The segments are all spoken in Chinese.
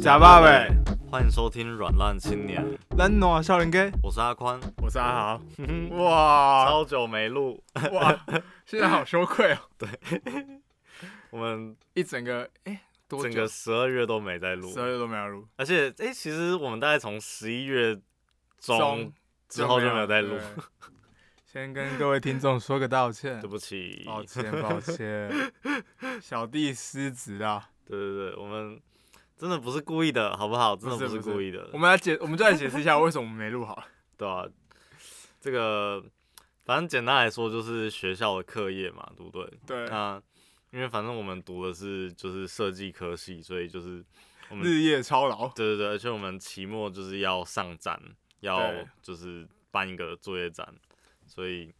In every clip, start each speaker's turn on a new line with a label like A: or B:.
A: 假爸呗，
B: 欢迎收听《软烂青年》，
A: 咱喏少林哥，
B: 我是阿宽。
C: 我是阿豪，
A: 哇
B: 超久没 录，
C: 哇，现在好羞愧哦，
B: 我们
C: 一整个哎、多
B: 整
C: 久
B: 个？十二月都没在录
C: 十，二月都没有录，
B: 而且哎、诶其实我们大概从十一月中
C: 中
B: 之后就没有在录，
C: 对。 先跟各位听众说个道歉
B: 对，不起，
C: 抱歉抱 歉，小弟失职啊！
B: 对对对，我们真的不是故意的，好不好？真的
C: 不是
B: 是
C: 不是
B: 故意的
C: 我，们来解，我们就来解释一下为什么我们没录 好了。
B: 对啊，这个反正简单来说就是学校的课业嘛，对不对？
C: 对，
B: 那因为反正我们读的是就是设计科系，所以就是我们
C: 日夜操劳，
B: 对对对，而且我们期末就是要上展，要
C: 对
B: 就是办一个作业展，所以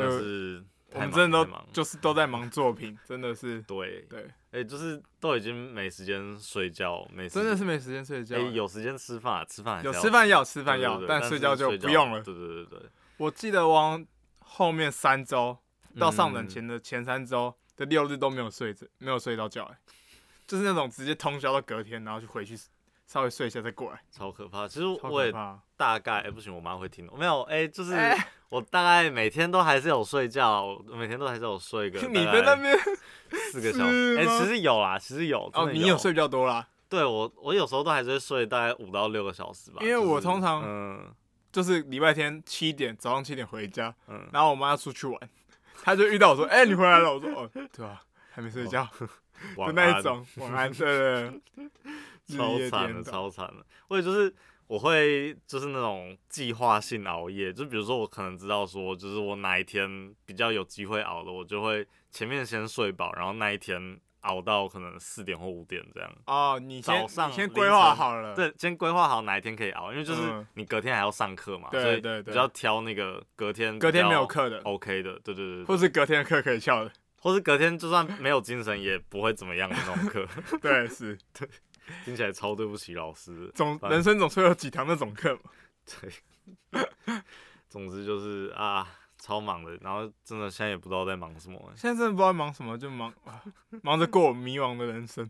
C: 所
B: 的
C: 以
B: 是
C: 我
B: 太
C: 们
B: 忙
C: 真的
B: 太忙
C: 都就是都在忙作品，真的是
B: 对，
C: 对，
B: 哎、就是都已经没时间睡觉，没时
C: 真的
B: 间
C: 是没时间睡觉
B: 哎、。有时间吃饭啊，吃饭还是
C: 有
B: 要
C: 吃饭要吃
B: 对
C: 饭
B: 对
C: 要
B: 对，
C: 但
B: 是
C: 睡
B: 睡
C: 觉就不用了。
B: 对对对对，
C: 我记得往后面三周到上等前
B: 嗯
C: 的前三周的六日都没有睡着，没有睡到觉、欸，就是那种直接通宵到隔天，然后就回去稍微睡一下再过来，
B: 超可怕。其实
C: 超
B: 我
C: 可
B: 也
C: 怕。
B: 大概，哎、不行，我妈会听的。没有，哎、就是
C: 哎
B: 我大概每天都还是有睡觉，我每天都还是有睡个
C: 你
B: 大
C: 在那
B: 概
C: 边
B: 四个小时
C: 是。
B: 哎、
C: 吗
B: 其实有啦，其实有。真
C: 哦，
B: 的
C: 你有睡比较多啦，
B: 对我，我有时候都还是会睡大概五到六个小时吧。
C: 因为
B: 就是
C: 我通常
B: 嗯
C: 就是礼拜天七点早上七点回家，
B: 嗯，
C: 然后我妈要出去玩，她就遇到我说：“哎、你回来了。”我说：“哦，对啊，还没睡觉
B: 哦晚
C: 的
B: 安
C: 那一种。”晚安，对对对。日
B: 超
C: 夜
B: 惨
C: 颠
B: 的，
C: 倒
B: 超惨的。我也就是我会就是那种计划性熬夜，就比如说我可能知道说，就是我哪一天比较有机会熬的，我就会前面先睡饱，然后那一天熬到可能四点或五点这样。
C: 哦，你先
B: 早上
C: 你先
B: 凌
C: 规划
B: 晨
C: 好了，
B: 对，先规划好哪一天可以熬，因为就是
C: 嗯
B: 你隔天还要上课嘛，
C: 对
B: 所以
C: 对
B: 你
C: 对
B: 就要挑那个隔天
C: 隔天
B: 比
C: 没有
B: 较
C: 课的，
B: OK 的，对对对对
C: 或是隔天的课可以翘的。
B: 或是隔天就算没有精神也不会怎么样的那种课，
C: 对，是
B: 听起来超对不起老师。
C: 总
B: 反
C: 人生总是会有几堂那种课嘛。
B: 对，总之就是啊，超忙的，然后真的现在也不知道在忙什么欸、
C: 现在真的不知道忙什么，就忙啊忙着过我迷茫的人生。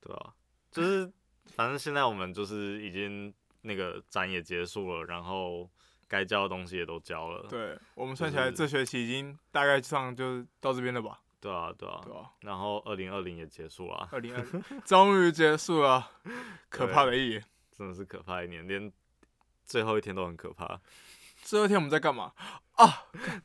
B: 对啊？就是反正现在我们就是已经那个展也结束了，然后该交的东西也都交了，
C: 对我们算起来，这学期已经大概上就到这边了吧？
B: 对啊，对啊
C: 对。吧？
B: 然后二零二零也结束了，啊
C: 二零二终于结束了，可怕的一年。
B: 真的是可怕一年，连最后一天都很可怕。
C: 最后一天我们在干嘛？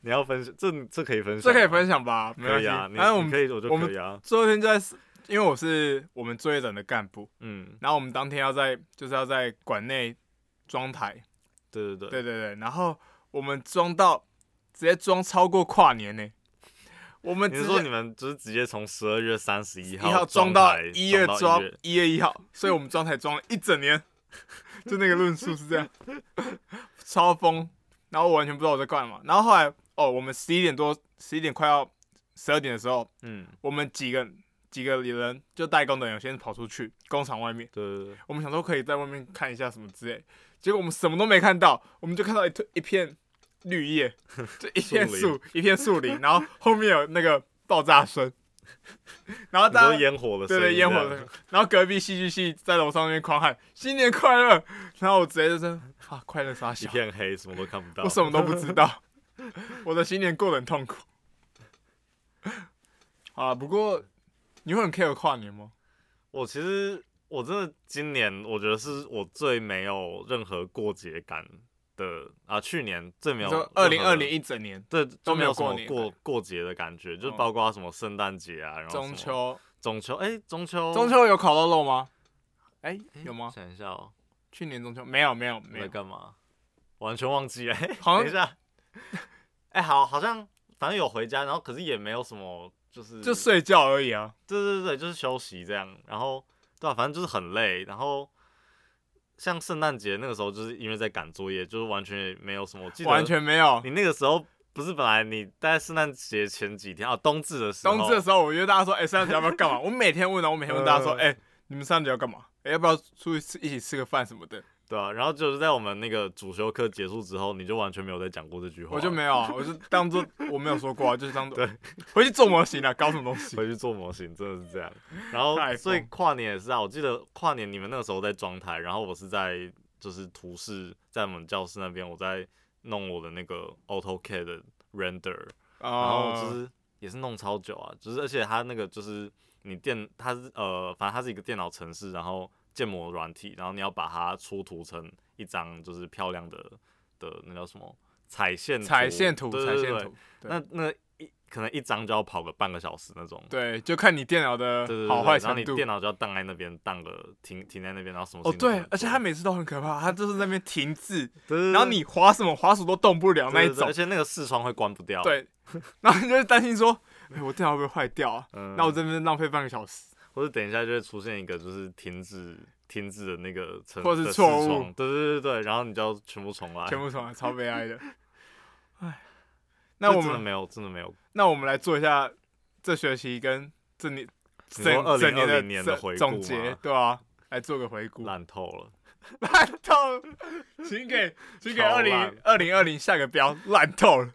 B: 你要分享，这这可以分享吗，
C: 这可以分享吧？没
B: 啊可
C: 关
B: 以
C: 系，
B: 啊，
C: 反
B: 你
C: 正我
B: 你
C: 们
B: 可以，我就
C: 我们
B: 可以啊，
C: 最后一天就在，因为我是我们作业展的干部，
B: 嗯，
C: 然后我们当天要在就是要在馆内装台，
B: 对对
C: 对，对对，然后我们装到直接装超过跨年呢、我 们
B: 你
C: 直
B: 是说
C: 接
B: 你们就是直接从十二月三十一
C: 一号
B: 装
C: 装到
B: 台
C: 一月
B: 到
C: 装
B: 1月
C: 一月一号，所以我们装台装了一整年， 就那个论述是这样， 超疯。然后我完全不知道我在干嘛。然后后来哦，我们十一点多，十一点快要十二点的时候，
B: 嗯，
C: 我们几个几个人就代工的人先跑出去工厂外面，
B: 对对对，
C: 我们想说可以在外面看一下什么之类，结果我们什么都没看到，我们就看到一堆一片绿叶， 就一片
B: 树林
C: 树，一片树林，然后后面有那个爆炸声， 然后
B: 你
C: 大
B: 说
C: 家
B: 烟火的声
C: 对
B: 音，
C: 对烟火的声，然后隔壁戏剧系在楼上那边狂喊新年快乐，然后我直接就是啊快乐傻
B: 一
C: 笑，
B: 片黑，什么都看不到。
C: 我什么都不知道，我的新年过得很痛苦。 好啊了，不过你会很 care 跨年吗？
B: 我其实我真的今年我觉得是我最没有任何过节感的啊，去年最没
C: 你
B: 有
C: 说
B: 任何
C: 二零二零一整年，
B: 对都
C: 没
B: 有
C: 有
B: 什么
C: 过年
B: 过过节的感觉，就
C: 哦
B: 包括什么圣诞节啊，然后什
C: 中
B: 么
C: 秋。
B: 中秋哎中秋
C: 中秋有烤到肉吗？哎、
B: 哎
C: 有吗？
B: 想一下哦，
C: 去年中秋没有，没有，
B: 我
C: 没
B: 在
C: 有。
B: 干嘛？完全忘记了， 哎
C: 好像
B: 等一下，哎好好像反正有回家，然后可是也没有什么就是
C: 就睡觉而已啊。
B: 对对对，就是休息这样。然后对啊，反正就是很累。然后像圣诞节那个时候，就是因为在赶作业，就是完全也没有什么。我记得
C: 完全没有
B: 你。那个时候不是本来你大概圣诞节前几天啊，冬至的时候，
C: 冬至的时候，我约大家说，哎、圣诞节要不要干嘛？我每天问啊，我每天问大家说，
B: 嗯
C: 哎、你们圣诞节要干嘛？哎、要不要出去吃一起吃个饭什么的？
B: 对啊，然后就是在我们那个主修课结束之后，你就完全没有再讲过这句话了，
C: 我就没有啊，我就当做我没有说过、啊，就是当做
B: 对
C: 回去做模型啊，搞什么东西？
B: 回去做模型，真的是这样。然后
C: 太疯
B: 所以跨年也是啊，我记得跨年你们那个时候在装台，然后我是在就是图示，在我们教室那边，我在弄我的那个 AutoCAD 的 render，然后
C: 啊，
B: 就是也是弄超久啊，就是而且它那个就是你电它是呃，反正它是一个电脑程式，然后建模软体，然后你要把它出图成一张就是漂亮的的那叫什么彩线
C: 踩线图，
B: 对
C: 踩
B: 对
C: 线
B: 对
C: 图，对
B: 那那一可能一张就要跑个半个小时那种。
C: 对，就看你电脑的
B: 对对对，
C: 好
B: 对
C: 坏
B: 然后
C: 程
B: 你
C: 度。
B: 电脑就要荡在那边荡个停停在那边，然后什么
C: 哦，
B: 事情都不
C: 对
B: 能，
C: 而且
B: 做
C: 他每次都很可怕，他就是在那边停滞，
B: 对对对
C: 然后你滑什么滑鼠都动不了
B: 对
C: 那
B: 对
C: 一
B: 对
C: 种
B: 而，且那个视窗会关不掉。，
C: 对，然后你就会担心说，哎，我电脑会不会坏掉啊？
B: 嗯，
C: 那我这边浪费半个小时，
B: 或者等一下就会出现一个就是停止停止的那个程，
C: 或者是
B: 的视
C: 错误
B: 窗对对对对，然后你就要全部重来。
C: 全部重来，超悲哀的。哎， 那
B: 这
C: 我
B: 真的
C: 们
B: 没有，真的没有。
C: 那我们来做一下这学期跟这年
B: 你
C: 整
B: 说
C: 整年
B: 2020年的
C: 整
B: 回顾
C: 总
B: 吗
C: 结，对啊，来做个回顾。
B: 烂透了，
C: 烂透了，请 给请给
B: 超
C: 二零
B: 烂
C: 二零二零下个标，烂透了，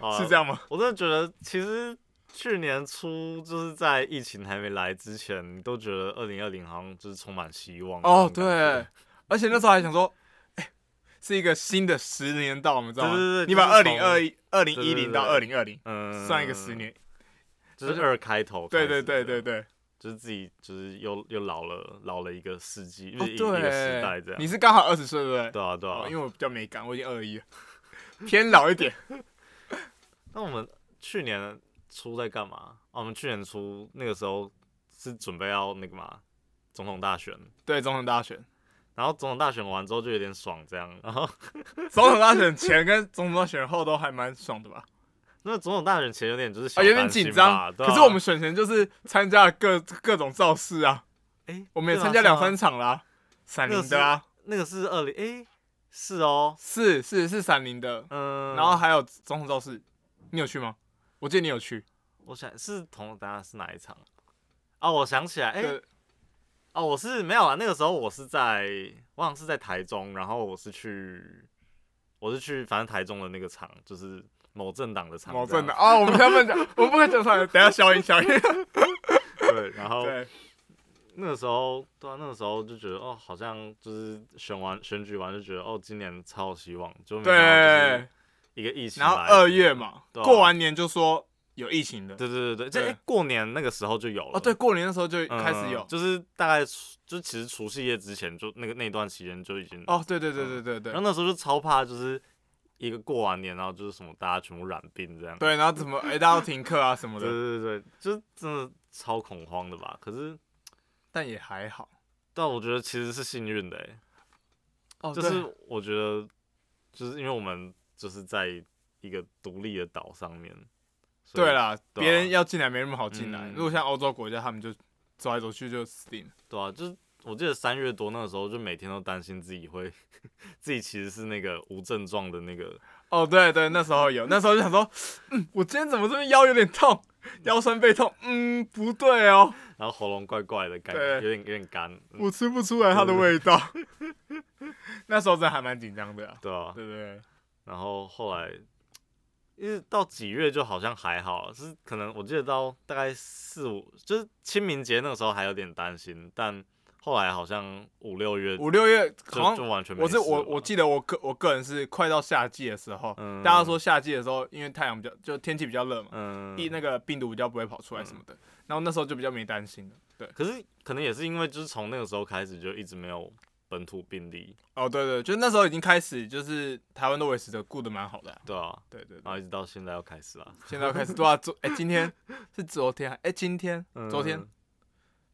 B: 啊
C: 是这样吗？
B: 我真的觉得，其实去年初就是在疫情还没来之前，你都觉得二零二零好像就是充满希望。
C: 哦，
B: 嗯
C: 对，，而且那时候还想说，哎、是一个新的十年到，我们知道吗？
B: 对对对
C: 你把
B: 就
C: 二
B: 是
C: 零
B: 从
C: 二一、二零一
B: 对对
C: 零
B: 对
C: 到二零二零
B: 嗯，
C: 算一个十，年，
B: 就是二开头。
C: 对对对对，对，
B: 就是自己就是又又老了，老了一个世纪，就
C: 哦
B: 是一个一个时代这
C: 对，
B: 样
C: 你。是刚好二十岁对不对？
B: 对啊对啊
C: 哦，因，为我比较没感，我已经二一了，偏老一点。
B: 那我们去年初在干嘛？啊，我们去年初那个时候是准备要那个嘛，总统大选。
C: 对，总统大选，
B: 然后总统大选完之后就有点爽，这样。然后
C: 总统大选前跟总统大选后都还蛮爽的吧？
B: 那总统大选前有点就是小
C: 啊，有点
B: 担心
C: 紧张。
B: 吧对啊
C: 可是我们选前就是参加了各各种造势啊，
B: 哎，
C: 我们也
B: 对啊
C: 参加两三
B: 是啊
C: 场啦。闪
B: 那个
C: 灵的啊，
B: 那个是二零哎是哦，
C: 是是是闪灵的，
B: 嗯，
C: 然后还有总统造势，你有去吗？我记得你有去。
B: 我想是同等下是哪一场？啊，我想起来，哎、
C: 对，
B: 哦，我是没有啊，那个时候我是在，我好像是在台中，然后我是去，我是去，反正台中的那个场，就是某政党的场，
C: 某政党
B: 党，
C: 啊，我们现在不能讲，我们不能讲出来，等一下消音消音。
B: 对，然后
C: 对，
B: 那个时候，对啊，那个时候就觉得，哦，好像就是选完选举完就觉得，哦，今年超有希望，嗯就没想到就是
C: 对，
B: 一个疫情
C: 然后
B: 来
C: 二月嘛，
B: 对啊
C: 过完年就说有疫情的。
B: 对对对对，这、
C: 对啊
B: 哎过年那个时候就有了，
C: 哦，对，过年的时候就开始
B: 嗯
C: 有。
B: 就是大概除就其实除夕夜之前就那个那段期间就已经，
C: 哦，对对对对对对
B: 然后。那时候就超怕，就是一个过完年，然后就是什么大家全部染病这样，
C: 对，然后怎么哎，大家都停课啊什么
B: 对
C: 的，
B: 对对对，就是真的超恐慌的吧？可是，
C: 但也还好。
B: 但我觉得其实是幸运的、欸，
C: 哦，
B: 就
C: 对
B: 是我觉得就是因为我们就是在一个独立的岛上面，所以
C: 对，啦，
B: 对
C: 别
B: 啊
C: 人要进来没那么好进来。
B: 嗯
C: 如果像欧洲国家，他们就走来走去就死定了。
B: 对啊，就是我记得三月多那个时候，就每天都担心自己会 自己其实是那个无症状的那个。
C: 哦，对对，那时候 有，那时候就想说，嗯，我今天怎么这边腰有点痛， 腰酸背痛，嗯，不对哦，
B: 然后喉咙怪怪的感
C: 对嗯
B: 觉，有点有点干，嗯
C: 我吃不出来它的味道。 那时候真的还蛮紧张的、啊，
B: 对啊。
C: 对不对？
B: 然后后来，因为到几月就好像还好，是可能我记得到大概四五，就是清明节那个时候还有点担心，但后来好像五六月
C: 五六月好
B: 就就
C: 像。
B: 完全没
C: 我是
B: 事
C: 我，
B: 了
C: 我记得我个我个人是快到夏季的时候，
B: 嗯
C: 大家说夏季的时候，因为太阳比较就天气比较热嘛，
B: 嗯，
C: 一那个病毒比较不会跑出来什么的，然后那时候就比较没担心了。对，
B: 可是可能也是因为就是从那个时候开始就一直没有本土病例，
C: 哦对对，就那时候已经开始，就是台湾的维持的顾得蛮好的啊、
B: 对啊，
C: 对对
B: 然
C: 对，
B: 后一直到现在要开始啊，
C: 现在要开始对啊，昨哎、今天是昨天还哎、今天
B: 嗯
C: 昨天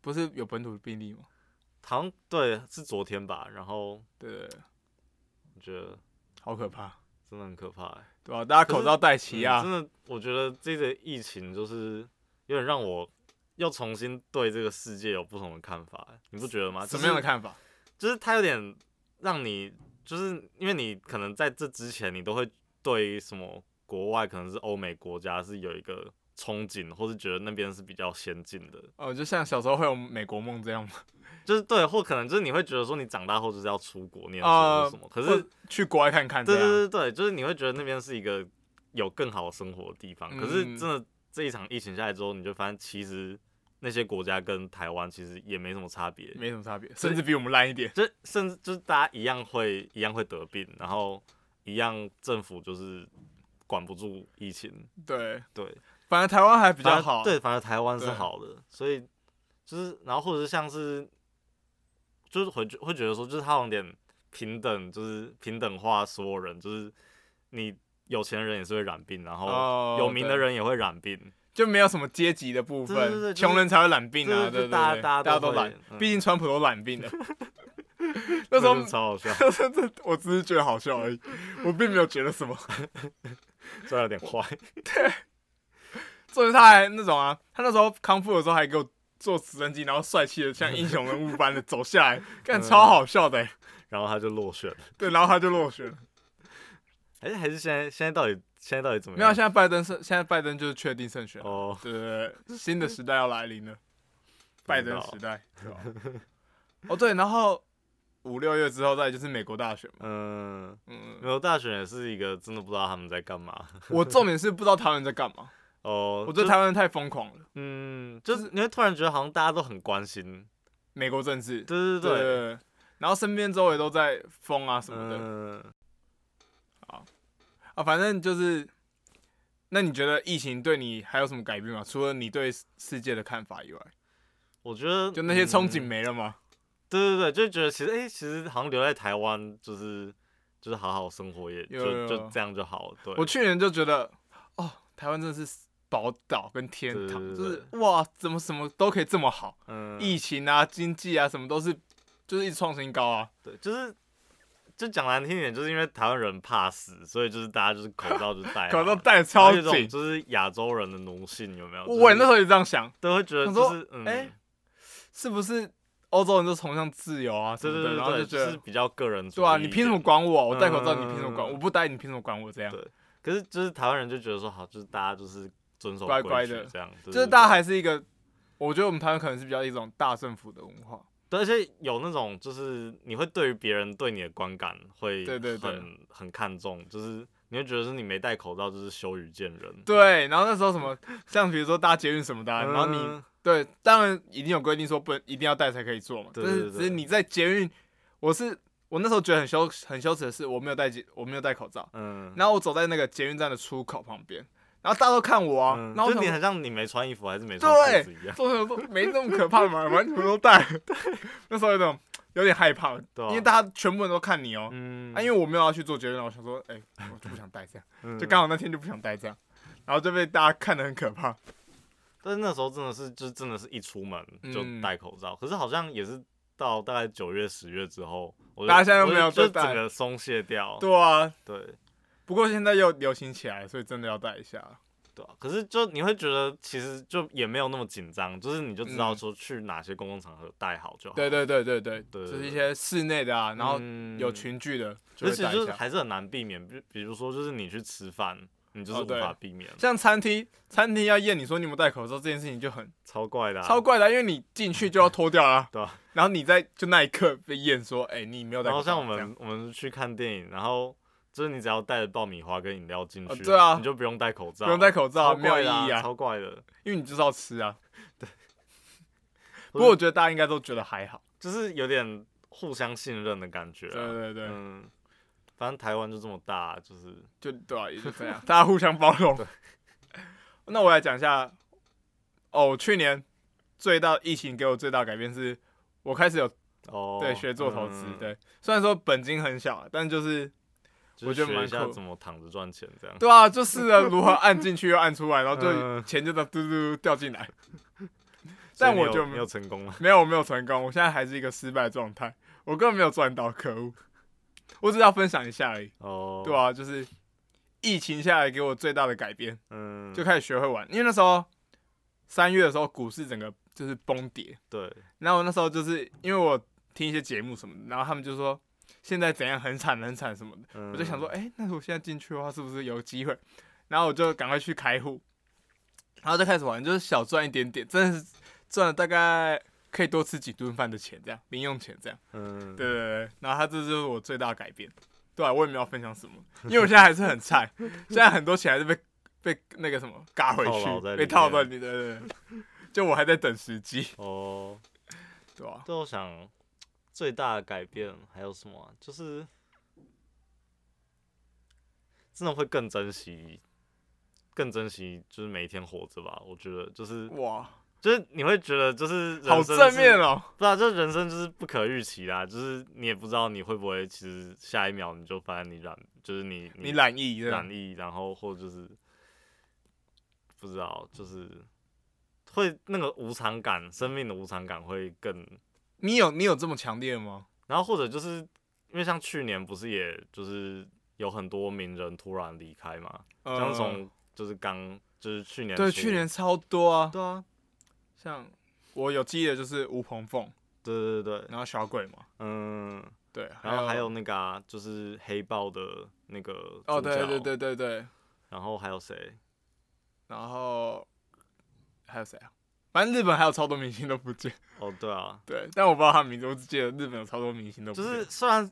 C: 不是有本土病例吗？
B: 好像对是昨天吧，然后
C: 对对对，
B: 我觉得
C: 好可怕，
B: 真的很可怕、欸。
C: 对吧、大家
B: 可是
C: 口罩戴齐啊
B: 嗯，真的，我觉得这个疫情就是有点让我又重新对这个世界有不同的看法，你不觉得吗？
C: 什么样的
B: 就是？
C: 看法？
B: 就是它有点让你，就是因为你可能在这之前，你都会对什么国外，可能是欧美国家是有一个憧憬，或是觉得那边是比较先进的，
C: 哦，就像小时候会有美国梦这样嘛，
B: 就是对，或可能就是你会觉得说你长大后就是要出国念书
C: 啊
B: 或什么，可是
C: 或去国外看看这
B: 对对
C: 样。
B: 对对，就是你会觉得那边是一个有更好生活的地方。可是
C: 嗯
B: 真的这一场疫情下来之后，你就发现其实那些国家跟台湾其实也没什么差别，
C: 没什么差别，甚至比我们烂一点。
B: 就甚至就是大家一样会一样会得病，然后一样政府就是管不住疫情，
C: 对，
B: 对，
C: 反正台湾还比
B: 比
C: 较好。
B: 对，反正台湾是
C: 对
B: 好的，所以就是然后或者是像是就是会觉会觉得说，就是他有点平等，就是平等化所有人，就是你有钱人也是会染病，然后
C: 哦，
B: 有名的
C: 对
B: 人也会染病，
C: 就没有什么阶级的部
B: 对对对
C: 分，
B: 就是
C: 穷人才会染病啊，
B: 对
C: 对
B: 对对
C: 对
B: 大
C: 对，
B: 家
C: 大
B: 大家
C: 家都
B: 都会
C: 染
B: 嗯，
C: 毕竟川普都染 病的。 那
B: 那
C: 时候
B: 超好笑，
C: 这这，我只是觉得好笑而 已，我并没有觉得什么。
B: 虽然有点坏，
C: 重点是他还那种啊，他那时候康复的时候还给我坐直升机，然后帅气的像英雄人物般的走下来，干
B: 嗯
C: 超好笑的欸、
B: 然后他就落选了，
C: 对，然后他就落选了。
B: 还是还是现在现在到底现在到底怎么
C: 没有，
B: 样？
C: 现在拜登胜，现在拜登就是确定胜选了。
B: 哦，
C: 对对对，新的时代要来 临了，拜登时代。对吧哦对，然后五六月之后，再来就是美国大选嘛。
B: 嗯，
C: 嗯，
B: 美国大选也是一个真的不知道他们在干嘛
C: 我重点是不知道台湾人在干嘛，
B: 哦，
C: 我觉
B: 就
C: 得台湾人太疯狂了。
B: 嗯，就是你会突然觉得好像大家都很关心，
C: 美国政治，
B: 对对
C: 对对对，然后身边周围都在疯啊什么的、
B: 嗯，
C: 啊，反正就是。那你觉得疫情对你还有什么改变吗？除了你对世界的看法以外，
B: 我觉得
C: 就那些憧憬
B: 嗯
C: 没了吗？
B: 对对对，就觉得其实哎、诶其实好像留在台湾就是就是好好生活也
C: 有有
B: 就就
C: 有
B: 这样就好了。对，
C: 我去年就觉得，哦，台湾真的是宝岛跟天堂，
B: 对对
C: 就是哇，怎么什么都可以这么好，
B: 嗯，
C: 疫情啊、经济啊，什么都是，就是一直创新高啊。
B: 对，就是就讲难听一点，就是因为台湾人怕死，所以就是大家就是口罩就戴好，
C: 口罩戴
B: 然后
C: 超
B: 有一种
C: 紧，
B: 哎就是亚洲人的奴性有没有？
C: 我也那时
B: 候
C: 候也这样想，
B: 都会觉得
C: 想
B: 就
C: 说
B: 是嗯，
C: 诶是不是欧洲人都崇尚自由啊什
B: 对
C: 么
B: 对
C: 的，
B: 对
C: 然后
B: 对，
C: 就觉
B: 就是
C: 得，
B: 比较个人主义
C: 对啊，你
B: 一
C: 凭什
B: 点
C: 么管我？我戴口罩，你凭什么
B: 嗯
C: 管我？我不戴，你凭什么管我？这样
B: 对，可是就是台湾人就觉得说好，就是大家就是遵守
C: 乖
B: 规
C: 乖
B: 矩
C: 的
B: 这样，就
C: 就是大家还是一个，我觉得我们台湾可能是比较一种大政府的文化，
B: 对，而且有那种就是你会对于别人对你的观感会
C: 对对对
B: 很很看重，就是你会觉得是你没戴口罩就是羞于见人。
C: 对。然后那时候什么，像比如说搭捷运什么的啊，
B: 嗯
C: 然后你对，当然一定有规定说不能一定要戴才可以做嘛。
B: 对
C: 但
B: 对
C: 是
B: 对
C: 只是你在捷运，我是我那时候觉得很羞很羞耻的是，我没有戴捷我没有戴口罩，
B: 嗯，
C: 然后我走在那个捷运站的出口旁边，然后大家都看我啊，
B: 嗯
C: 然后我
B: 就
C: 想
B: 你
C: 说
B: 很像你没穿衣服还是没穿
C: 对
B: 裤子一 样，
C: 做什么都没那么可怕嘛，完全都戴。 那时候有种有点害怕，
B: 对啊
C: 因为大家全部人都看你哦、
B: 嗯
C: 啊，因为我没有要去做捷运，然后我想说，哎、我就不想戴这样，
B: 嗯
C: 就刚好那天就不想戴这样，然后就被大家看得很可怕。
B: 哦但是那时候真的是就是真的是一出门就
C: 嗯
B: 戴口罩，可是好像也是到大概九月十月之后，我就
C: 大家现在都
B: 我就
C: 没有
B: 就
C: 再戴
B: 整个松懈掉，
C: 对啊，
B: 对
C: 不过现在又流行起来，所以真的要戴一下。
B: 对啊，可是就你会觉得其实就也没有那么紧张，就是你就知道
C: 嗯
B: 说去哪些公共场合戴好就好。
C: 对对对对对，
B: 对
C: 就是一些室内的啊，然后
B: 嗯
C: 有，群聚的就
B: 而
C: 会
B: 且
C: 带
B: 就
C: 一
B: 是
C: 下。
B: 还是很难避免，比比如说就是你去吃饭，你就是
C: 哦
B: 无
C: 对
B: 法避免，
C: 像餐厅，餐厅要验你说你有没有戴口罩这件事情就很
B: 超怪的啊、
C: 超怪的啊，因为你进去就要脱掉 啦，
B: 对啊
C: 然后你在就那一刻被验说，哎，你没有戴
B: 然后
C: 口罩。
B: 像我
C: 这样
B: 们我们去看电影，然后就是你只要带着爆米花跟饮料进
C: 哦
B: 去，
C: 对啊
B: 你就不用戴口罩，
C: 不用戴口罩
B: 超
C: 没有
B: 怪的
C: 意义啊
B: 超怪的。
C: 因为你就是要吃啊。 对。不过我觉得大家应该都觉得还好。
B: 就是有点互相信任的感觉、啊。
C: 对对对，
B: 嗯，反正台湾就这么大，就是
C: 就对啊，也就这样， 大家互相包容。 那我来讲一下，哦，我去年最大疫情给我最大改变是，我开始有
B: 哦，
C: 对，学做投资，
B: 嗯，
C: 对，虽然说本金很小啊，但就是
B: 就是
C: 我觉得
B: 学
C: 蛮
B: 一下
C: 酷
B: 怎么躺着赚钱这样。
C: 对啊，就试着如何按进去又按出来，然后就
B: 嗯
C: 钱就这样嘟嘟嘟掉进来。
B: 所以
C: 但
B: 你
C: 我
B: 有
C: 就
B: 你有成 功吗？
C: 没有，我没有成功，我现在还是一个失败的状态，我根本没有赚到，可恶！我只是要分享一下而已，
B: 哦，
C: 对，啊，就是疫情下来给我最大的改变，
B: 嗯，
C: 就开始学会玩，因为那时候三月的时候股市整个就是崩跌，
B: 对，
C: 然后我那时候就是因为我听一些节目什么的，然后他们就说现在怎样很惨很惨什么的。
B: 嗯
C: 我就想说，哎、那我现在进去的话，是不是有机会？然后我就赶快去开户，然后再开始玩，就是小赚一点点，真的是赚了大概可以多吃几顿饭的钱，这样零用钱这样。
B: 嗯，
C: 对对对，然后他这就是我最大的改变。对、啊，我也没有分享什么，因为我现在还是很菜， 现在很多钱还是被被那个什么嘎回
B: 套牢在
C: 去，
B: 里
C: 被套
B: 面
C: 到你的，对对对就我还在等时机，
B: 哦，
C: 对啊吧、
B: 这我想最大的改变还有什么、啊？就是真的会更珍惜，更珍惜就是每一天活着吧。我觉得就是
C: 哇，
B: 就是你会觉得就是人
C: 好
B: 生
C: 正
B: 是
C: 面哦！
B: 不知道，这人生就是不可预期啦，就是你也不知道你会不会，其实下一秒你就发现你染，就是嗯你
C: 你懒意，对吧啊
B: 染疫，然后或就是不知道，就是会那个无常感，生命的无常感会更，
C: 你有你有这么强烈吗？
B: 然后或者就是因为像去年不是也就是有很多名人突然离开嘛，像
C: 呃
B: 从就是刚就是去年
C: 对
B: 初
C: 去年超多啊，
B: 对啊，
C: 像我有记忆的就是吴鹏凤，
B: 对对对，
C: 然后小鬼嘛，
B: 嗯。
C: 对，
B: 然后还有那个、啊、就是黑豹的那个
C: 哦，
B: 主
C: 对
B: 角
C: 对对对对，
B: 然后还有谁？
C: 然后还有谁啊？反正日本还有超多明星都不见，
B: 哦，对啊，
C: 对，但我不知道他们名字，我只记得日本有超多明星都不
B: 就
C: 见。
B: 是虽然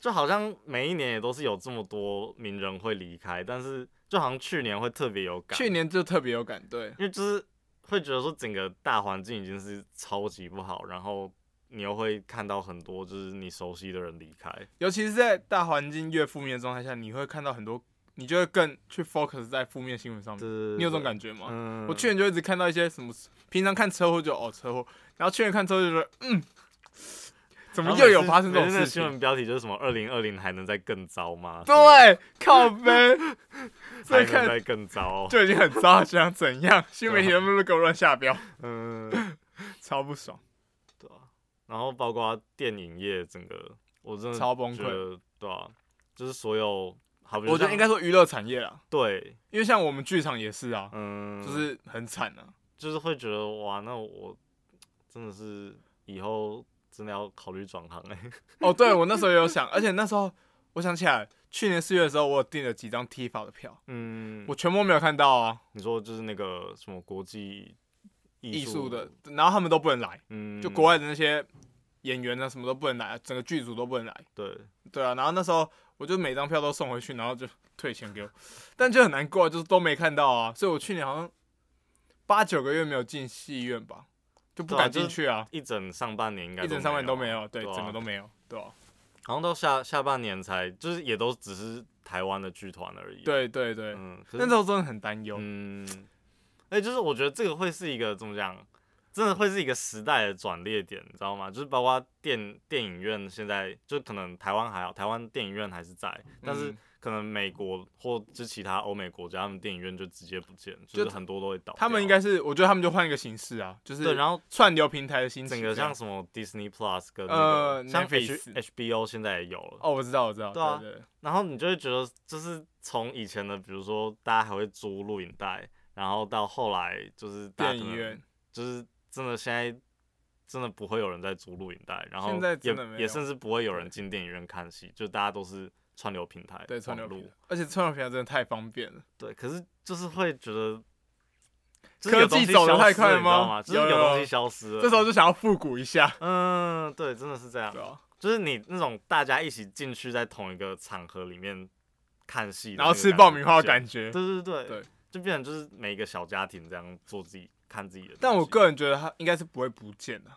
B: 就好像每一年也都是有这么多名人会离开，但是就好像去年会特别有感，
C: 去年就特别有感，对，
B: 因为就是会觉得说整个大环境已经是超级不好，然后你又会看到很多就是你熟悉的人离开，
C: 尤其是在大环境越负面的状态下，你会看到很多，你就会更去 focus 在负面新闻上面。你有这种感
B: 觉
C: 觉吗？
B: 嗯，
C: 我去年就一直看到一些什么，平常看车祸就哦车祸，然后去年看车祸就觉得嗯，怎
B: 然
C: 么
B: 后
C: 又
B: 每
C: 有
B: 次
C: 发生这
B: 每
C: 种
B: 次
C: 事
B: 那个新
C: 情？
B: 闻标题就是什么“二零二零还能再更糟吗？”，
C: 对，靠 背，
B: 还
C: 再
B: 能
C: 看
B: 再更糟，
C: 就已经很糟了，想怎样？新
B: 啊
C: 媒体能不能给我乱下标？
B: 嗯。
C: 超不爽，
B: 对啊，然后包括电影业整个，我真的
C: 超崩
B: 觉
C: 溃。
B: 得，对啊，就是所有，好比
C: 我觉得
B: 像
C: 应该说娱乐产业啦，
B: 对，
C: 因为像我们剧场也是啊，
B: 嗯，
C: 就是很惨啊。
B: 就是会觉得哇，那我真的是以后真的要考虑转行哎、
C: 哦，对我那时候也有想，而且那时候我想起来，去年四月的时候，我有订了几张 T 法的票，
B: 嗯，
C: 我全部没有看到啊，
B: 你说就是那个什么国际
C: 艺
B: 术
C: 术的，，然后他们都不能来，
B: 嗯，
C: 就国外的那些演员啊，什么都不能来，整个剧组都不能来。
B: 对，
C: 对啊，然后那时候我就每张票都送回去，然后就退钱给我，但就很难过啊，就是都没看到啊，所以我去年好像八九个月没有进戏院吧，就不
B: 对啊
C: 敢
B: 就
C: 进
B: 是
C: 去啊，
B: 一整上半年应该
C: 一整上半年都没
B: 有
C: 有，
B: 啊，
C: 对，
B: 啊
C: 整个都没有，对啊，
B: 好像到下下半年才，就是也都只是台湾的剧团而已，，
C: 对对对，
B: 嗯，可是
C: 那时候真的很担忧，
B: 嗯，哎、就是我觉得这个会是一个怎么讲，真的会是一个时代的转捩点，你知道吗？就是包括电电影院现在，就可能台湾还好，台湾电影院还是在，但是
C: 嗯
B: 可能美国或就其他欧美国家，他们电影院就直接不见，
C: 就
B: 就是很多都会倒掉。
C: 他们应该是，我觉得他们就换一个形式啊，就是
B: 啊对，然后
C: 串流平台的新
B: 整
C: 型
B: 个
C: 这样
B: 像什么 Disney Plus 跟那个、
C: 呃
B: 像 H
C: Netflix
B: HBO 现在也有了，
C: 哦，我知道，我知道，
B: 对啊
C: 对对
B: 然后你就会觉得，就是从以前的，比如说大家还会租录影带，然后到后来就是大家
C: 电影
B: 可能
C: 院
B: 就是真的现在真的不会有人在租录影带，然后
C: 现在
B: 也
C: 真的没有
B: 也甚至不会有人进电影院看戏，就大家都是串流平台，
C: 对串流
B: 网
C: 平
B: 络
C: 台，而且串流平台真的太方便了，
B: 对。可是就是会觉得，就是
C: 科
B: 有东
C: 技
B: 西
C: 走得
B: 消
C: 太
B: 失
C: 快了
B: 了你知道
C: 吗
B: 吗？就是
C: 有
B: 有
C: 有
B: 东
C: 有
B: 西消失了。
C: 这时候就想要复古一下，
B: 嗯，对，真的是这样
C: 对。啊吧？
B: 就是你那种大家一起进去在同一个场合里面看戏的
C: 然后
B: 那个感觉不
C: 吃
B: 见，
C: 爆米花的感觉。
B: 对对对
C: 对
B: 就变成就是每一个小家庭这样做自己看自己的东西。
C: 但我个人觉得它应该是不会不见的，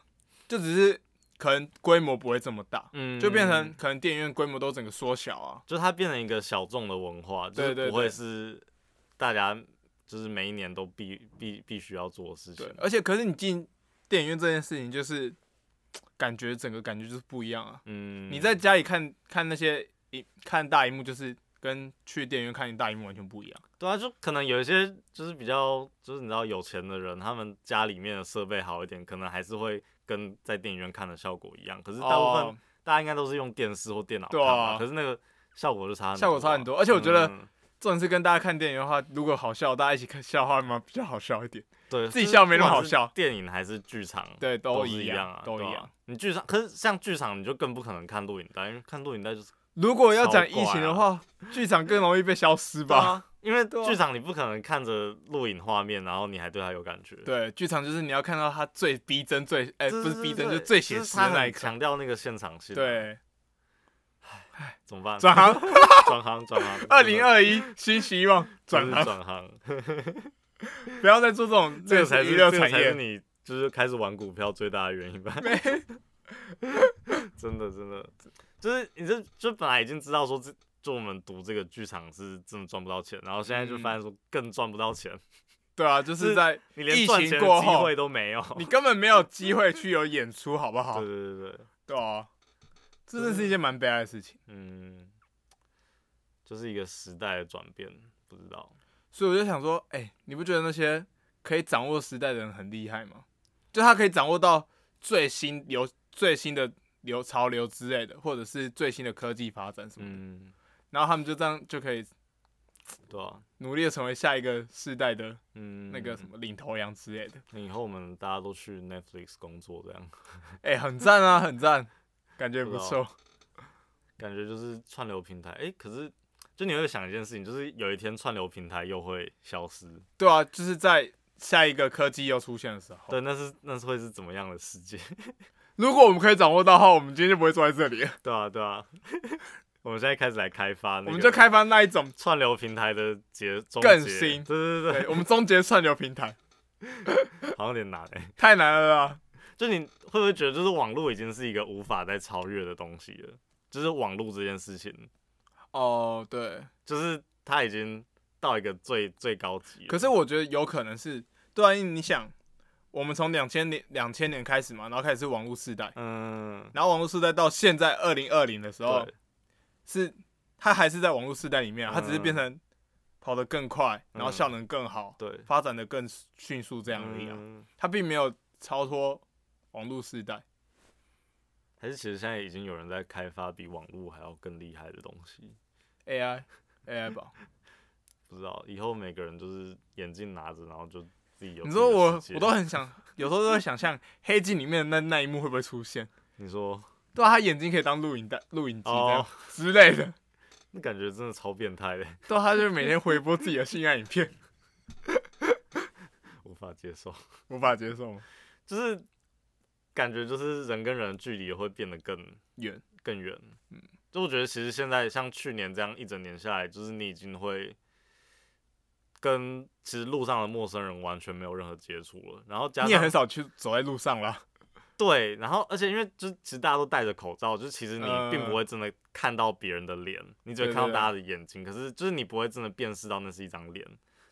C: 就只是可能规模不会这么大，
B: 嗯
C: 就变成可能电影院规模都整个缩小啊。
B: 就它变成一个小众的文化，就
C: 对对
B: 是不会
C: 对
B: 是大家就是每一年都必必必须要做的事情
C: 对，。而且可是你进电影院这件事情，就是感觉整个感觉就是不一样啊。
B: 嗯，
C: 你在家里看看那些一看大荧幕，就是跟去电影院看大荧幕完全不一样。
B: 对啊，就可能有一些就是比较就是你知道有钱的人，他们家里面的设备好一点，可能还是会跟在电影院看的效果一样。可是大部分、
C: 哦
B: 大家应该都是用电视或电脑看
C: 对
B: 嘛，
C: 啊
B: 可是那个效果就差很
C: 效果差
B: 啊
C: 很多而且我觉得
B: 嗯
C: 重点是跟大家看电影的话，如果好笑，大家一起看笑话嘛，比较好笑一点。
B: 对，
C: 自己
B: 就是
C: 笑没那么
B: 不管
C: 好
B: 是
C: 笑
B: 电影还是剧场，
C: 对，
B: 都
C: 都
B: 是一
C: 样
B: 啊，
C: 都
B: 对
C: 一
B: 啊
C: 样。
B: 你剧场，可是像剧场，你就更不可能看录影带，因为看录影带就是
C: 如果要
B: 超
C: 讲疫
B: 怪
C: 情
B: 啊
C: 的话，剧场更容易被消失吧？
B: 对啊，因为
C: 对啊
B: 剧场你不可能看着录影画面，然后你还对啊他有感觉。，
C: 对，剧场就是你要看到他最逼真、最哎、
B: 对
C: 不是
B: 对
C: 逼
B: 对
C: 真，就是
B: 对
C: 最写实
B: 他
C: 的那
B: 很
C: 一刻。
B: 强调那个现场性。，
C: 对，
B: 怎么办？
C: 转行，
B: 转行，转行。
C: 二零
B: 二
C: 二一新希 望，转行，
B: 转 行，
C: 不要再做这种
B: 这个才是
C: 娱乐
B: 这个
C: 产
B: 才是
C: 业。
B: 你就是开始玩股票最大的原因吧？ 真的真的，就是你这就本来已经知道说这就我们读这个剧场是真的赚不到钱，然后现在就发现说更赚不到钱，
C: 对啊，就是在
B: 你
C: 疫
B: 连赚
C: 情
B: 钱的
C: 过
B: 机
C: 后
B: 会都没有。
C: 你根本没有机会去有演出，好不好
B: 对？对对对，
C: 对啊，这真的是一件蛮悲哀的事情。
B: 嗯，就是一个时代的转变，不知道。
C: 所以我就想说，哎、你不觉得那些可以掌握时代的人很厉害吗？就他可以掌握到最新流、最新的流潮流之类的，或者是最新的科技发展什么的，
B: 嗯，
C: 然后他们就这样就可以
B: 对啊，
C: 努力的成为下一个世代的
B: 嗯，
C: 那个什么领头羊之类的。
B: 以后我们大家都去 Netflix 工作，这样
C: 哎、很赞啊，很赞，感觉不
B: 不知
C: 错
B: 道。感觉就是串流平台。哎、可是就你会想一件事情，就是有一天串流平台又会消失，
C: 对啊，就是在下一个科技又出现的时候，
B: 对，那是那是会是怎么样的世界？
C: 如果我们可以掌握到的话，我们今天就不会坐在这里了，
B: 对啊，对啊。 我们现在开始来开发、那个
C: 我们就开发那一种，
B: 串流平台的节终
C: 更
B: 结
C: 新
B: 对对
C: 对我们终结串流平台，
B: 对，好像有点难哎、
C: 太难了啦。
B: 就你会不会觉得，就是网络已经是一个无法再超越的东西了？就是网络这件事情，
C: 哦，对，
B: 就是它已经到一个最最高级了。
C: 可是我觉得有可能是，对啊，因为你想，我们从两千年两千年开始嘛，然后开始是网络时代，
B: 嗯，
C: 然后网络时代到现在二零二零的时候
B: 对，
C: 是它还是在网络时代里面啊，它只是变
B: 嗯
C: 成跑得更快，然后
B: 嗯
C: 效能更好，
B: 对，
C: 发展的更迅速这样而已啊，
B: 嗯，
C: 它并没有超脱网络时代。
B: 还是其实现在已经有人在开发比网络还要更厉害的东西。
C: AI AI 吧，
B: 不知道以后每个人就是眼镜拿着，然后就自 己有
C: 你
B: 自己的世界。
C: 说我我都很想，有时候都会想象《黑镜》里面的那那一幕会不会出现？
B: 你说
C: 对啊，他眼睛可以当录影带、录影机这样
B: 哦
C: 之类的。
B: 那感觉真的超变态的，
C: 对，他就每天回播自己的性爱影片，
B: 无法接受。
C: 无法接受。
B: 就是感觉就是人跟人的距离也会变得更
C: 远，
B: 更远。嗯，就我觉得其实现在像去年这样一整年下来，就是你已经会跟其实路上的陌生人完全没有任何接触了。然后加
C: 你也
B: 上
C: 很少去走在路上啦。
B: 对，然后而且因为就是其实大家都戴着口罩，就是其实你
C: 嗯
B: 并不会真的看到别人的脸，你只
C: 对
B: 会看到
C: 对
B: 大家的眼睛，可是就是你不会真的辨识到那是一张脸。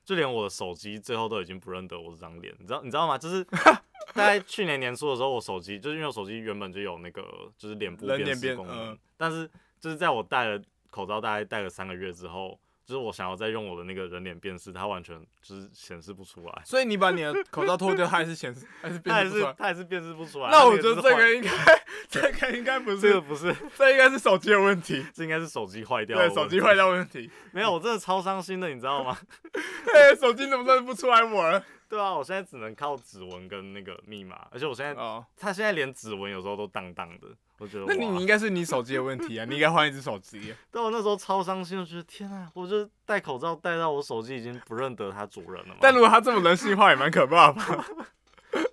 B: 就连我的手机最后都已经不认得我这张脸，你知道你知道吗？就是 大概去年年初的时候，我手机就是因为我手机原本就有那个就是脸部
C: 人
B: 辨
C: 脸
B: 识
C: 辨
B: 功能，
C: 嗯
B: 但是就是在我戴了口罩大概戴了三个月之后，就是我想要再用我的那个人脸辨识，它完全就是显示不出来，
C: 所以你把你的口罩脱掉，它还是显示，还是
B: 它
C: 变
B: 还
C: 示不
B: 是
C: 出来。
B: 它还是辨识不出来。
C: 那
B: 它
C: 我
B: 个
C: 觉得
B: 就
C: 这
B: 是坏
C: 个应该，这个应该不
B: 这个
C: 是，
B: 不是
C: 这应该是手机的问题。
B: 这应该是手机坏掉了。
C: 对，手机坏。掉问题。
B: 没有，我真的超伤心的，你知道吗？
C: 哎，手机怎么认不出来我了？
B: 对啊，我现在只能靠指纹跟那个密码，而且我现在、
C: 哦，
B: 他现在连指纹有时候都当当的，我觉得
C: 那你
B: 哇
C: 你应该是你手机的问题啊，你应该换一只手 机。啊
B: 对我那时候超伤心，我觉得天啊，我就戴口罩戴到我手机已经不认得它主人了嘛。
C: 但如果它这么人性化，也蛮可怕的吧？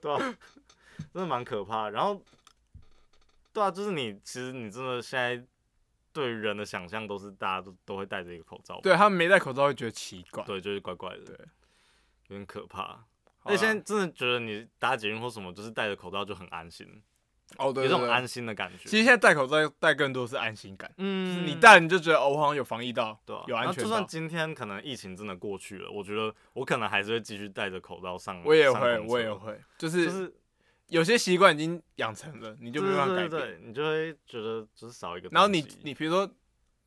B: 对啊， 真的蛮可怕的。然后，对啊，就是你其实你真的现在对于人的想象都是大家都都会戴着一个口罩，
C: 对他们没戴口罩会觉得奇怪。
B: 对，就是怪怪的，
C: 对，
B: 有点可怕。
C: 好啦
B: 而且现在真的觉得你搭捷运或什么，就是戴着口罩就很安心，
C: 哦，
B: 有
C: 对，
B: 这种
C: 对
B: 安。心的感觉。
C: 其实现在戴口罩戴更多是安心感，就是
B: 嗯
C: 你戴了你就觉得哦，我好像有防疫到，
B: 对啊，
C: 有安
B: 然后
C: 全
B: 就
C: 到
B: 算今天可能疫情真的过去了，我觉得我可能还是会继续戴着口罩上。
C: 我也
B: 上
C: 会，
B: 公
C: 我
B: 车
C: 也，会，就
B: 就是是
C: 有些习惯已经养成了，你就没
B: 对
C: 办法改
B: 对对
C: 变。
B: 对，你就会觉得就是少一个东西。
C: 然后你你比如说，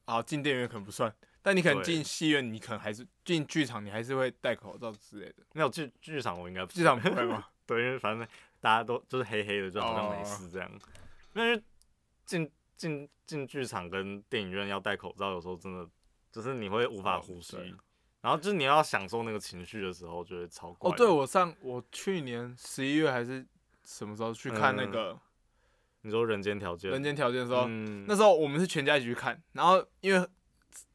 C: 啊，进电影院可能不算，但你可能
B: 对
C: 进戏院，你可能还是进剧场，你还是会戴口罩之类的。
B: 没有剧剧场，我应该不
C: 剧场不会 吗？
B: 对，因为反正大家都就是黑黑的，就好像没
C: 哦
B: 事这样。因为进进进剧场跟电影院要戴口罩，有时候真的就是你会无法
C: 哦
B: 呼吸，
C: 对
B: 然后就是你要享受那个情绪的时候，就会超怪
C: 哦
B: 的。，
C: 对，我上我去年十一月还是什么时候去看那
B: 嗯
C: 个
B: 你说人间条
C: 《
B: 件，
C: 人间条件》的时候，哦
B: 嗯，
C: 那时候我们是全家一起去看，然后因为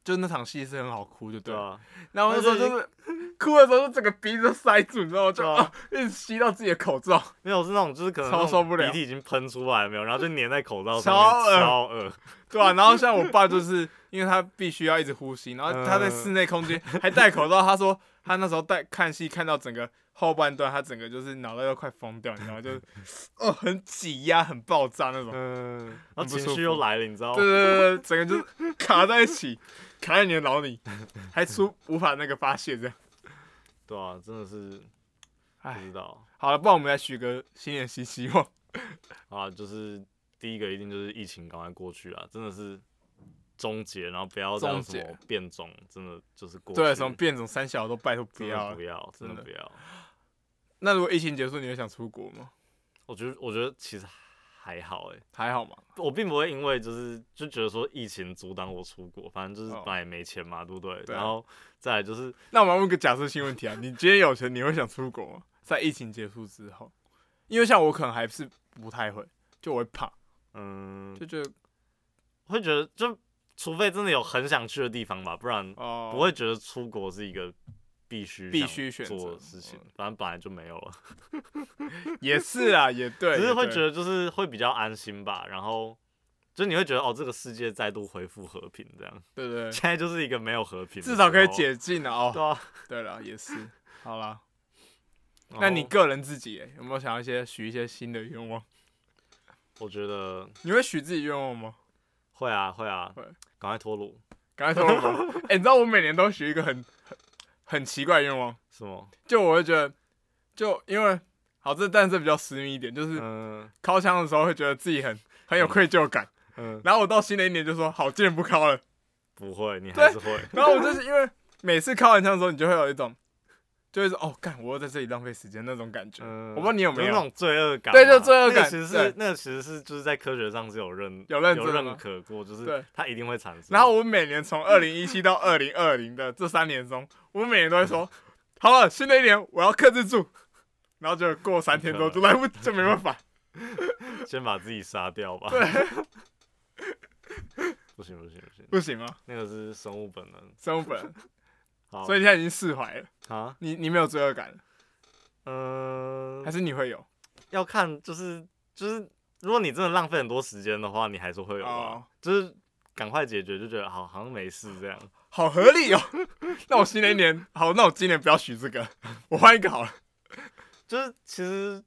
C: 就那场戏是很好哭，就对
B: 对
C: 了。
B: 啊，
C: 然后我那时候
B: 但是
C: 就是哭的时候，就整个鼻子都塞住，你知道吗？就、
B: 对
C: 啊
B: 啊、
C: 一直吸到自己的口罩，
B: 没有是那种就是可 能
C: 超
B: 那种
C: 受不了
B: 鼻涕已经喷出来了没有，然后就粘在口罩上
C: 超恶
B: 面，超恶，
C: 对啊吧、然后像我爸就是 因为他必须要一直呼吸，然后他在室内空间还戴口罩，他说他那时候戴看戏看到整个后半段，他整个就是脑袋都快疯掉，你知道吗？就是哦很挤压、很爆炸那种。
A: 嗯，
B: 然后
C: 很不
B: 情
C: 舒服
B: 绪又来了，你知道吗
C: 对？对对，对整个就是卡在一起，卡在你的脑里，还出无法那个发泄这样。
B: 对啊，真的是不
C: 哎，
B: 知道
C: 好了，不然我们来许个新年新希望。
B: 啊，就是第一个一定就是疫情赶快过去啊，真的是终结，然后不要再有
C: 终
B: 什
C: 结
B: 么变种，真的就是过去，
C: 对，什么变种三小都拜托不
B: 真
C: 要
B: 的
C: 了
B: 不。要，真
C: 真的
B: 的不要。
C: 那如果疫情结束，你会想出国吗？
B: 我觉得我觉得其实还好诶、
C: 还好嘛。
B: 我并不会因为就是就觉得说疫情阻挡我出国，反正就是
C: 哦
B: 本来也没钱嘛，对不对？
C: 对啊
B: 然后再来就是
C: 那我们要问个假设性问题啊，你今天有钱，你会想出国吗？在疫情结束之后，因为像我可能还是不太会，就我会怕，
B: 嗯
C: 就，觉得
B: 会觉得就除非真的有很想去的地方吧，不然
C: 哦、
B: 不会觉得出国是一个必须
C: 必
B: 想
C: 须选
B: 做
C: 择
B: 的事情
C: 嗯。
B: 反正本来就没有了，
C: 也是啊，也对，
B: 只是会
C: 也对
B: 觉得就是会比较安心吧。然后就你会觉得哦，这个世界再度恢复和平这样。
C: 对对对，
B: 现在就是一个没有和平的时候，
C: 至少可以解禁了哦。
B: 对啊。
C: 对了，也是，好啦，
B: 然
C: 那你
B: 后
C: 个人自己欸有没有想要一些许一些新的愿望？
B: 我觉得
C: 你会许自己愿望吗？
B: 会啊会啊
C: 会，
B: 赶快脱乳
C: 赶快说我 吧。哎、你知道我每年都许一个很很很奇怪的愿望，
B: 是吗？
C: 就我会觉得，就因为好这但是比较私密一点，就是
B: 嗯
C: 敲枪的时候会觉得自己很很有愧疚感，
B: 嗯，
C: 然后我到新的一年就说好，今年不敲 了。
B: 不会，你还是 会。
C: 然后我就是因为每次敲完枪的时候，你就会有一种，就会说哦，干，我又在这里浪费时间那种感觉。
B: 嗯
C: 我不知道你有没
B: 就
C: 有
B: 是那种罪恶感嘛？
C: 对就罪恶
B: 那个
C: 感
B: 其实
C: 对
B: 是那个其实是就是在科学上是有认
C: 有认
B: 有
C: 证的
B: 认
C: 吗
B: 可过，就
C: 对
B: 是它一定会产生。
C: 然后我每年从二零一七到二零二零的这三年中，我每年都会说， 好了，新的一年我要克制住。然后就过三天 多就来不就没办法，
B: 先把自己杀掉吧。 不行不行不行，
C: 不行吗？
B: 那个是生物本能。
C: 生物本能，
B: 好，
C: 所以
B: 以
C: 你现在已经释怀了，
B: 啊，
C: 你你没有罪恶感了，
B: 嗯、
C: 还是你会有？
B: 要看就是就是，如果你真的浪费很多时间的话，你还是会有吧，
C: 哦
B: 就是赶快解决，就觉得好好像没事这样。
C: 好合理哦。 那我新的一年，好，那我今年不要许这个， 我换一个好了。
B: 就是其实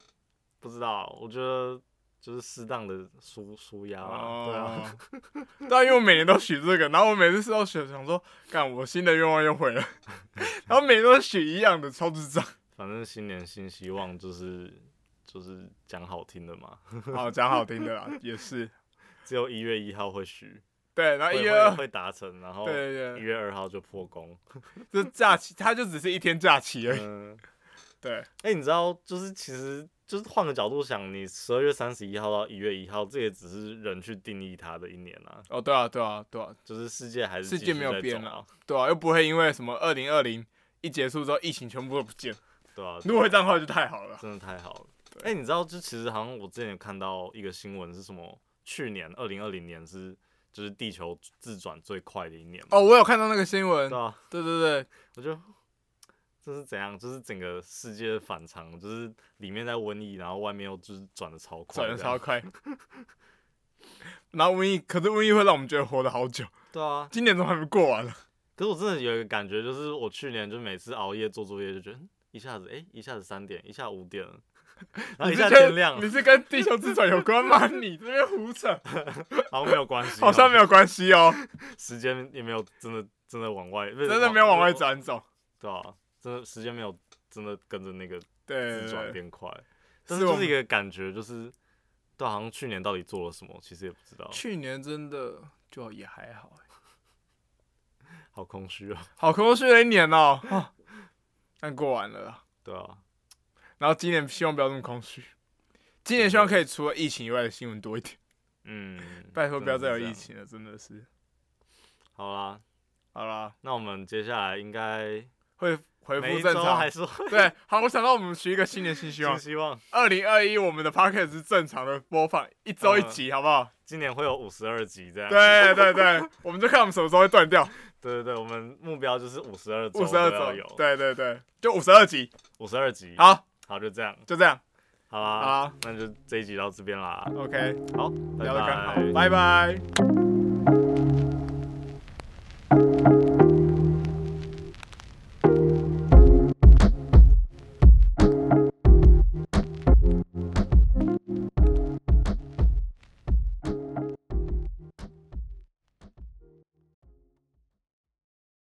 B: 不知道，我觉得就是适当的舒舒压吧，对啊。
C: 哦，对啊，因为我每年都许这个，然后我每次都许，想说，干，我新的愿望又毁 了，然后每年都许一样的，超智障。
B: 反正新年新希望，就是就是讲好听的嘛。
C: 好，讲好听的 啦，也是。
B: 只有一月一号会许，
C: 对，然后一
B: 会
C: 月
B: 会
C: 二，
B: 会达成，然后
C: 哎对对对，
B: 一月二号就破功。
C: 这假期它就只是一天假期而已。
B: 嗯，
C: 对，
B: 哎、你知道，就是其实就是换个角度想，你十二月三十一号到一月一号，这也只是人去定义它的一年啊，
C: 哦，对啊，对啊，对啊，
B: 就是世界还是
C: 世
B: 继
C: 界
B: 续
C: 没有
B: 在
C: 变
B: 走
C: 啊
B: 啊，
C: 对啊，又不会因为什么二零二零一结束之后，疫情全部都不见。
B: 对啊。
C: 如果会这样的话，就太好了。
B: 真的太好了。
C: 对
B: 哎、你知道，就其实好像我之前有看到一个新闻是什么？去年二零二零年是就是地球自转最快的一年嘛
C: 哦，我有看到那个新闻
B: 对，啊，
C: 对对对，
B: 我就这是怎样？就是整个世界的反常，就是里面在瘟疫，然后外面又就是转的超快，
C: 转的超。快。然后瘟疫，可是瘟疫会让我们觉得活得好久，
B: 对啊，
C: 今年都还没过完了。
B: 可是我真的有一个感觉，就是我去年就每次熬夜做作业，就觉得嗯一下子哎、一下子三点，一下五点了， 然
C: 你
B: 后啊一
C: 是
B: 下
C: 跟
B: 天亮了啊
C: 你，是跟地球自转有关 吗？你这边胡扯，
B: 好像没有关系 哦，
C: 好像没有关系哦，
B: 时间也没有真的真的往外，真
C: 真的没有往外转走。
B: 对啊，真的时间没有真的跟着那个
C: 对
B: 自
C: 对
B: 转
C: 对，对
B: 变快，但
C: 是
B: 是
C: 我
B: 就是
C: 们
B: 一个感觉，就是对啊，好像去年到底做了什么，其实也不知道，
C: 去年真的就也还好欸，
B: 好空虚啊，
C: 好空虚的一年哦。啊但过完了啦，
B: 对啊，
C: 然后今年希望不要那么空虚，今年希望可以除了疫情以外的新闻多一点，
B: 嗯，
C: 拜托不要
B: 真
C: 再
B: 的
C: 有
B: 是这
C: 疫
B: 样。
C: 情了，真的是。
B: 好啦，
C: 好啦，
B: 那我们接下来应该
C: 会恢
B: 每
C: 复
B: 一
C: 正
B: 周
C: 常
B: 还。是 会
C: 对，好，我想到我们许一个新年新希
B: 新
C: 望，
B: 希望，
C: 二零二一我们的 p o c a s t 是正常的播放，一周一
B: 嗯
C: 集，好不 好？
B: 今年会有五十二集这样。
C: 对对对，我们就看我们什么时候会断 掉，
B: 对对对，我们目标就是五十二周
C: 五十
B: 都要
C: 二
B: 有
C: 周，对对对，就五十二集。
B: 五十二集。，
C: 好，
B: 好，就这样，
C: 就这样
B: 好啦，
C: 好啊
B: 那就这一集到这边啦，
C: ，OK，
B: 好，
C: 聊得刚好拜
B: 拜拜，
C: 拜。